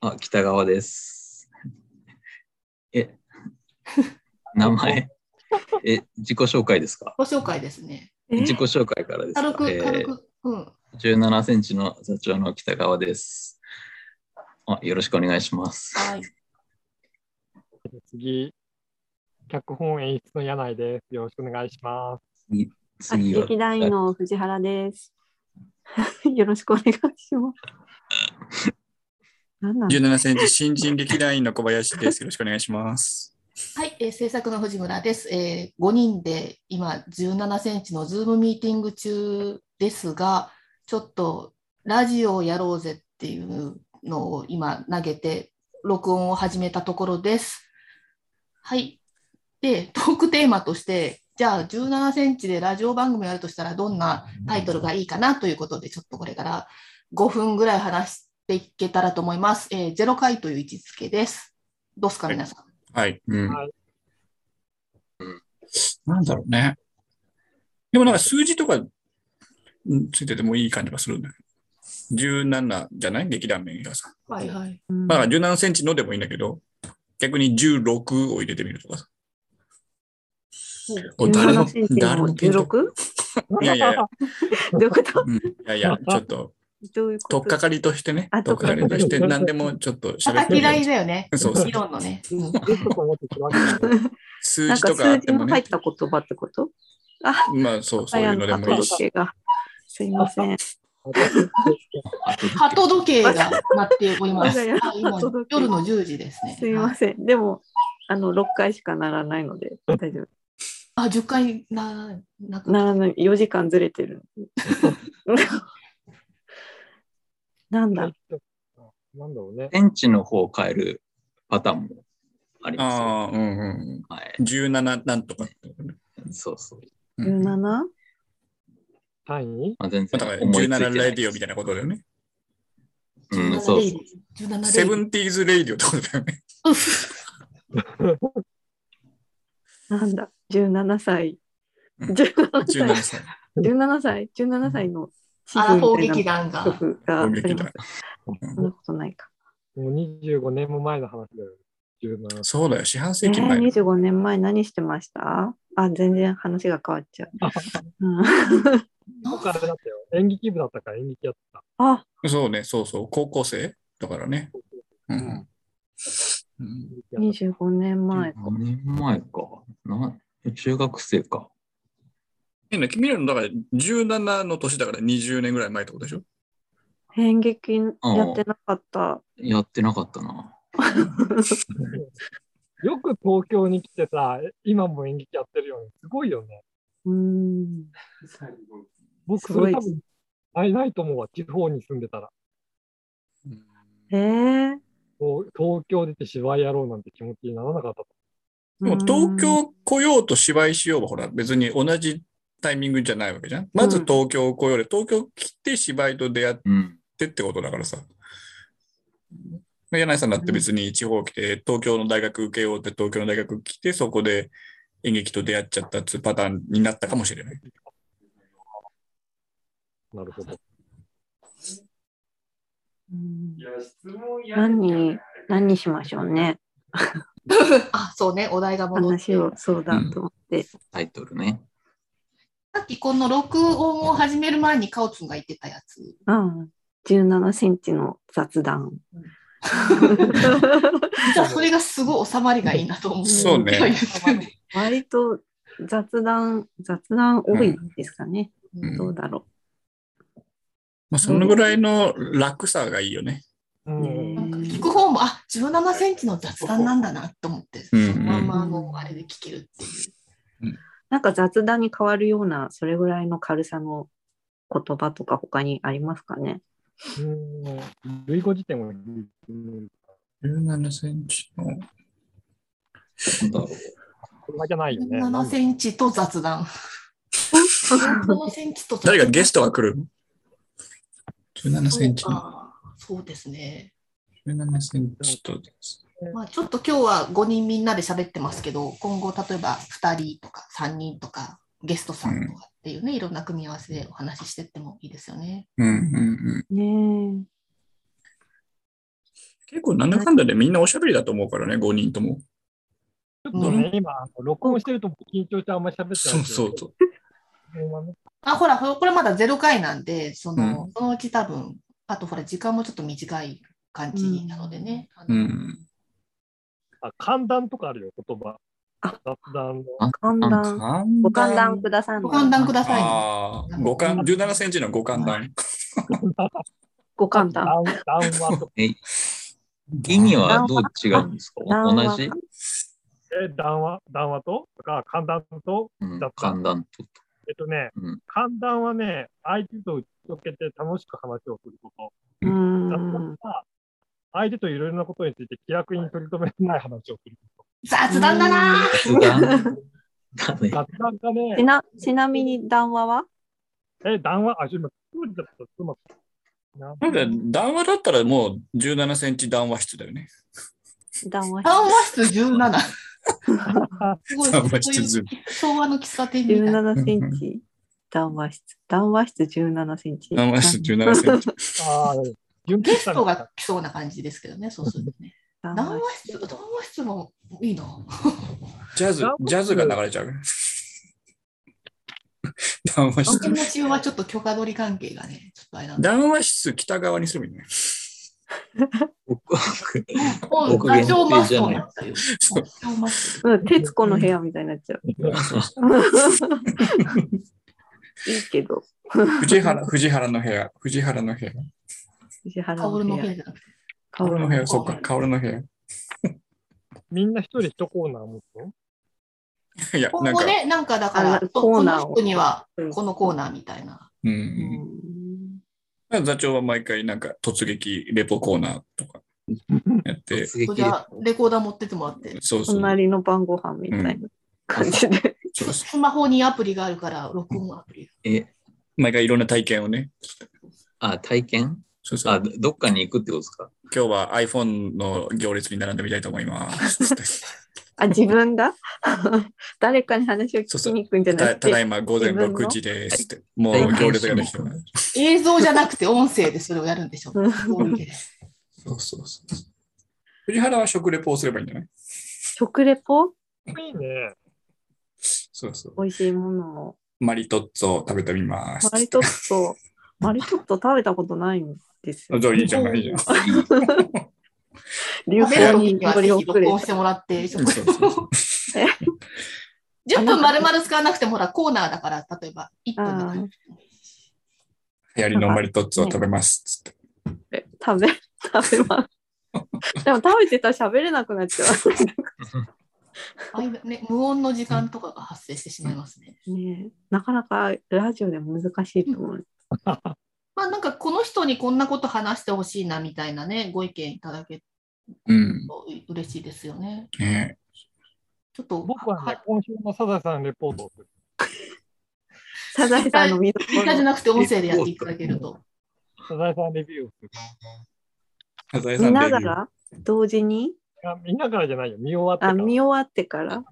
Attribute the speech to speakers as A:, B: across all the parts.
A: あ、北川です。え、名前、え、自己紹介ですか
B: ご紹介ですね。
C: え
A: 自己紹介からですか
B: 軽く、軽
A: えー
B: く。うん。
A: 17センチの座長の北川です。あよろしくお願いします。
B: はい。
C: 次、脚本演出の柳井です。よろしくお願いします。
D: あ
A: 次は
D: 劇、団員の藤原です。 よろしくお願いします。何なんだ
E: 17センチ新人劇団員の小林です。よろしくお願いします。
B: はい、えー制作の藤村です。えー、5人で今、17センチのズームミーティング中ですが、ちょっとラジオをやろうぜっていうのを今投げて、録音を始めたところです。はい。で、トークテーマとして、じゃあ17センチでラジオ番組をやるとしたらどんなタイトルがいいかなということで、ちょっとこれから5分ぐらい話していけたらと思います。えー、0回という位置づけです。どうですか、皆さん。
E: はい。うん
C: はい
E: なんだろうね。でもなんか数字とかうんついててもいい感じがするんだけど。17じゃない劇団名がさ。
B: はいはい。
E: まあ17センチのでもいいんだけど、逆に16を入れてみるとかさ。お誰の
D: 17センチ
E: 誰
D: の
E: のピンと
D: 16?
E: いやいやいや、
D: どういうこと
E: うん、いやいや、ちょっと、
D: どういうこと
E: とっかかりとしてね
D: あ、
E: とっかかりとして、
C: 取っかかり
E: 何でもちょっと喋っ
B: 叩
E: てみ
B: き
E: よう
B: 台だよね。
E: そうそう
B: 議論のね。うん
C: ゲストと思ってしまった。
E: 数
D: なん
E: 字
D: か
E: とかあっ
D: 数
E: て
D: 字
E: も
D: の入
E: ね
D: っ、た言葉ってこと
E: まあそう、そういうのでもいいし。
D: 早かった時計がすいません。
A: あと
B: 鳩時計が鳴っております。
D: 我が家
B: はい今
D: 鳩時計
B: 夜の10時ですね。
D: すいません。でも、あの、6回しかならないので、大丈
B: あ、10回な、な
D: 夫。
B: く
D: ならない。4時間ずれて る。なんだ
C: なんだろうね。
A: センチの方を変えるパターンもありますよ。
E: ああ、うんうんうん。
A: はい、
E: 17なんとかってことね。
A: そうそう。
E: うん
D: ?17?
E: ま
C: 単位
A: まあ、全
E: あだから
A: 然思いついてない
E: 17ラディオみたいなことだよね。
A: うん、そうそう。
B: 17で。
E: セブンティーズレイディオってことだよね。
B: うん
D: なんだ ?17 歳。
E: うん
D: 17
E: 17
D: 歳。
E: 歳。
D: 17歳 ?17 歳の地
B: アラフォー
D: 図み
B: 劇
D: たい
B: 団
D: な
B: が。
D: 曲があ
E: 攻
D: り
E: 撃
D: ま
E: だ
D: す。。そんなことないか。
C: もう25年も前の話だよ。17
E: そうだよ、四半
D: え
E: 世紀前
D: ー、
E: の。
D: 25年前何してましたあ、全然話が変わっちゃう。うん
C: 僕あれだったよ。演劇部だったから演劇やってた。
D: あ、
E: そうね、そうそう、高校生だからね。うん。うん
C: 演劇やって
D: 25年前。
A: 5年前か。な中学生か。
E: ね君らの、だから17の年だから20年ぐらい前ってことでしょ
D: 演劇やってなかった。
A: やってなかったな。
C: たよく東京に来てさ、今も演劇やってるよね。すごいよね。
D: うん。
C: 僕
D: す
C: そ
D: ご
C: れ
D: い
C: 多分会えないと思うわ。地方に住んでたら。
D: えー。
C: こう東京出て芝居やろうなんて気持ちにならなかったと
E: でも東京来ようと芝居しようはほら別に同じタイミングじゃないわけじゃん。まず東京来ようで東京来て芝居と出会っ
A: うん。
E: てってことだからさ。で柳井さんだって別に地方来て東京の大学受けようって東京の大学来てそこで演劇と出会っちゃったっていうパターンになったかもしれない。
C: なるほど。
D: うん。何、何しましょうね。
B: あ、そうね、お題が戻って
D: 話。を、そうだと思って。
A: タイトルね。
B: さっきこの録音を始める前にカオツンが言ってたやつ。
D: うん。17センチの雑談。
B: 実はそれがすごい収まりがいいなと思って。
E: そうね
B: 今言ったよね
D: 割と雑談、雑談多いですかね。
E: うん
D: どうだろ
E: まあ、そのぐらいの楽さがいいよね。
C: う
D: う。
C: ん。
B: なんか聞く方も、あ、17センチの雑談なんだなと思って、そ
E: うんうん
B: のまんまあのあれで聞けるっていう。
D: なんか雑談に変わるような、それぐらいの軽さの言葉とか他にありますか ね。
C: うん類語辞典を引いてみる
E: 17センチの。
A: なんだろう。
C: これだけないよね。
B: 17センチと雑談。17センチと雑談
E: 誰がゲストが来るの ?17 センチ
B: そう
E: の。
B: かそうですね。
E: 17センチと。
B: まあ、ちょっと今日は5人みんなで喋ってますけど、今後例えば2人とか3人とかゲストさんとかっていうね、いろんな組み合わせでお話ししてってもいいですよね。
E: うんうんうん。
D: ね
E: 結構なんだかんだでみんなおしゃべりだと思うからね、5人とも。
C: ちょっとね、今、あの録音してると緊張してあんまり喋ってない。
E: そうそうそう。
C: う。
B: あ、ほら、ほこれまだ0回なんで、その、そのうち多分、あとほら、時間もちょっと短い感じなのでね。あ
E: う
B: の
E: ん。
C: あ、寒暖とかあるよ、言葉。
D: あ
C: 雑談の。
D: 寒暖。ご寒暖ください。
B: ご判断くださいね。
E: ああ、五感、17センチの五感段。
D: ご寒暖。
C: 談談話とか。
A: 意味はどう違うんですか
D: 談
A: 同
D: 話
A: じ、
C: え、談話、談話ととか、寒暖と、
A: うん、寒暖と。
C: えっとね、
A: うん
C: 寒暖はね、相手と打ち解けて楽しく話をすること。
D: うー
C: 雑
D: ん
C: 談。は、相手といろいろなことについて気楽に取り留めない話をするこ
B: 雑談だな
A: 雑談だ
C: と。
A: ね。
C: 雑談が
D: ち
C: ね、
D: な、ちなみに談話は
C: え、談話、あ、ちょっと今、だった、うまくな
E: なんだ、談話だったらもう17センチ談話室だよね。
D: 談話
B: 談話室17。すごい、
E: 談
B: そう
E: 話室
B: い
E: ズー
B: う昭和の喫茶店みたいな。
D: 17センチ。談話室。談話室17センチ。
E: 談話室17センチ。
C: あー準
B: ゲ
C: 決
B: ス
C: 勝
B: トが来そうな感じですけどね、そうするとね。
D: 談
B: 談
D: 話
B: 話室、談話室もいいな。
E: ジャズ、ジャズが流れちゃ う。談話
B: 録
E: 室。
B: 音中はちょっと許可取り関係がね、ちょっとあれなんで。
E: 談話室北側にするよね。
A: 僕
B: もう、
A: 僕限定
B: ダチョウマス
A: じゃ
B: ト
A: ない
B: になったよ。ダチョウマスト。
D: うん、徹子の部屋みたいになっ ちゃう。いいけど、
E: 藤原、藤原の部屋。藤原の部屋。
D: 藤原
B: カ
D: の
B: オル
D: 部
B: の部
D: 屋。
B: 屋じゃなくて。
E: 薫の部屋、そっか、薫の部屋。
C: みんな一人一コーナー持つの
E: いや、な
B: 今
E: んか
B: 後、ね、なんかだから、
D: あ
B: そう
D: コ
B: こ
D: ーナーを
B: の人にはこのコーナーみたいな。
E: う。
D: うんん
E: 座長は毎回なんか突撃レポコーナーとかやって、
A: 突撃
B: じゃあ、レコーダー持ってってもらって。
E: そうそう。
D: 隣の晩ご飯みたいな感じで。
E: そうそう
B: スマホにアプリがあるから、録音アプリ。
A: え、
E: 毎回いろんな体験をね。
A: あ、体験
E: そうそ
A: あ、
E: う。
A: どどっかに行くってことですか
E: 今日は iPhone の行列に並んでみたいと思います。
D: あ、自分が 誰かに話を聞きに行くんじゃ な
E: た
D: く
E: ただい
D: て、
E: ま午前6時ですって。もう行列ができてます。
B: 映像じゃなくて音声でそれをやるんでしょ。そういう意味です
E: そうそうそう。藤原は食レポをすればいいんじゃない
D: 食レポ
C: いいね。
E: そうそう。
D: 美味しいもの を。
E: マリトッツォを食べてみます。
D: マリトッツォ、マリトッツォ食べたことないんですよ
E: あ。じゃあいいじゃん、いいじゃん。
A: いい
D: 流
B: 食べる
D: 行
B: 時
D: に
B: には
D: 乗
B: ぜ
D: り
B: ひ
D: 遅
B: 録
D: れ
B: 音
D: た
B: してもらって、
E: そうそう
B: 10分丸々使わなくてもほらコーナーだから、例えば1分だか
D: あ
B: ら
D: ー。
E: 流行りのマリトッツォを食べます。つって
D: え食べ、食べ ます。でも食べてたら喋れなくなっちゃ
B: あいね、無音の時間とかが発生してしまいますね。
D: う。 ねえなかなかラジオでも難しいと思う。
B: まあなんかこの人にこんなこと話してほしいなみたいなね、ご意見いただける
E: うん。
B: と嬉しいですよね。
E: ね
B: ちょっと
C: 僕はね
B: い、
C: 今週のサザエさんレポートをする。
D: サザエさんの見どこ
B: みんなじゃ
D: ろ。
B: なくて音声でやっていただけると。
C: サザエさんレビューをする。
E: サザエさ
D: 見
E: んレビ
D: なが
E: ュー
D: ら同時に
C: あ見ながらじゃないよ。見終わって
D: あ
C: から。
D: 見終わってから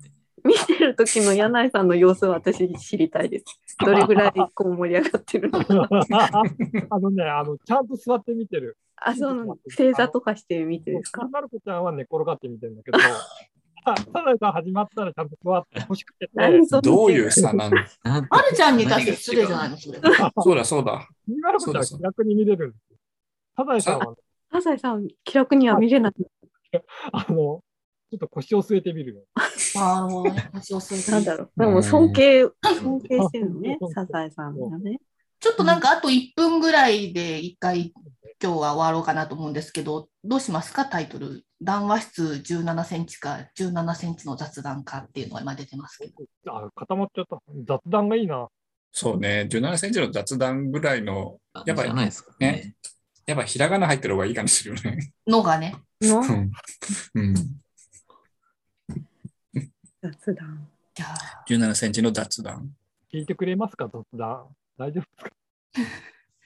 D: 見てる時の柳井さんの様子は私知りたいです。どれぐらいこう盛り上がってるの か。
C: あのね、あの、ちゃんと座って見てる。
D: あ、そうなの。正座とかして見てですか。
C: まる子ちゃんは寝転がって見てるんだけど、あサザエさん始まったらちゃんと座ってほしくて、
D: 何その
E: どういう差なの
A: なん
B: まるちゃんに対して失礼じゃないの、それ。
E: そうだそうだ。
C: 君まる子ちゃんは気楽に見れるんですよ。サザエさんはね、
D: サザエさん気楽には見れない。
C: あの、ちょっと腰を据えてみるよ。
B: なるほどね。腰を据えて
D: なんだろう。でも尊敬尊敬してるのね。サザエさんがね。
B: ちょっとなんかあと1分ぐらいで一回今日は終わろうかなと思うんですけど、どうしますかタイトル。談話室17センチか17センチの雑談かっていうのが今出てますけど。
C: あ、固まっちゃった。雑談がいいな。
E: そうね。17センチの雑談ぐらいの、やっ
A: じ
E: ぱり
A: ゃないですかね。
E: やっぱひらがな入ってる方がいい感じするよね。
B: のがね。
D: の
E: うん。
D: 雑談。
B: じゃあ、
E: 17センチの雑談。
C: 聞いてくれますか雑談。大丈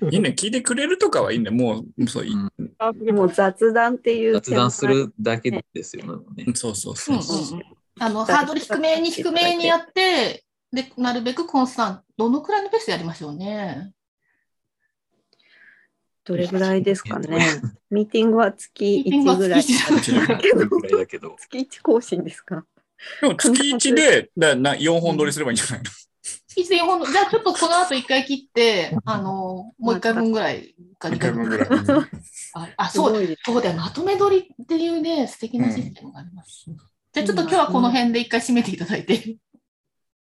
C: 夫
E: いいね。聞いてくれるとかはいいね。もう、そうい
A: うん
C: あで
D: も
C: も
D: う雑談っていう
A: 雑談するだけですよね。
E: そうそう
B: うん
E: そううそう。
B: んうん。あの、ハードル低めに低めにやって、で、なるべくコンスタント、どのくらいのペースでやりましょうね。
D: どれぐらいですかね。ミーティングは月1ぐらい。
B: ミー
E: ティングは
D: 月1
A: ぐらいだけど。
D: 月1更新ですか
E: でも月1でだな4本撮りすればいいんじゃないの、
B: 一斉ほんじゃあちょっとこの後一回切って、あの、もう一回分ぐらいか二
E: 一
B: 回
E: 回
B: 分ぐ
E: 分ぐ
B: ら
E: ら
B: い
E: い。
B: ああ、
D: す
B: そう
D: ごいです。
B: そうだよ、まとめ撮りっていうね、素敵なシステムがあります。じゃあちょっと今日はこの辺で一回締めていただいて、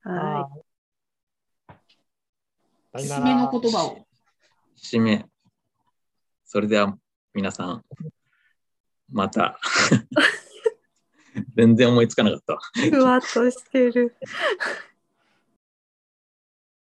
D: は
C: はい。
B: 締
C: さよ
B: め
C: な
B: の
C: ら。
B: 言葉を。
A: 締め。それでは皆さん、また。全然思いつかなかったわ。
D: い。ふわっとしてる。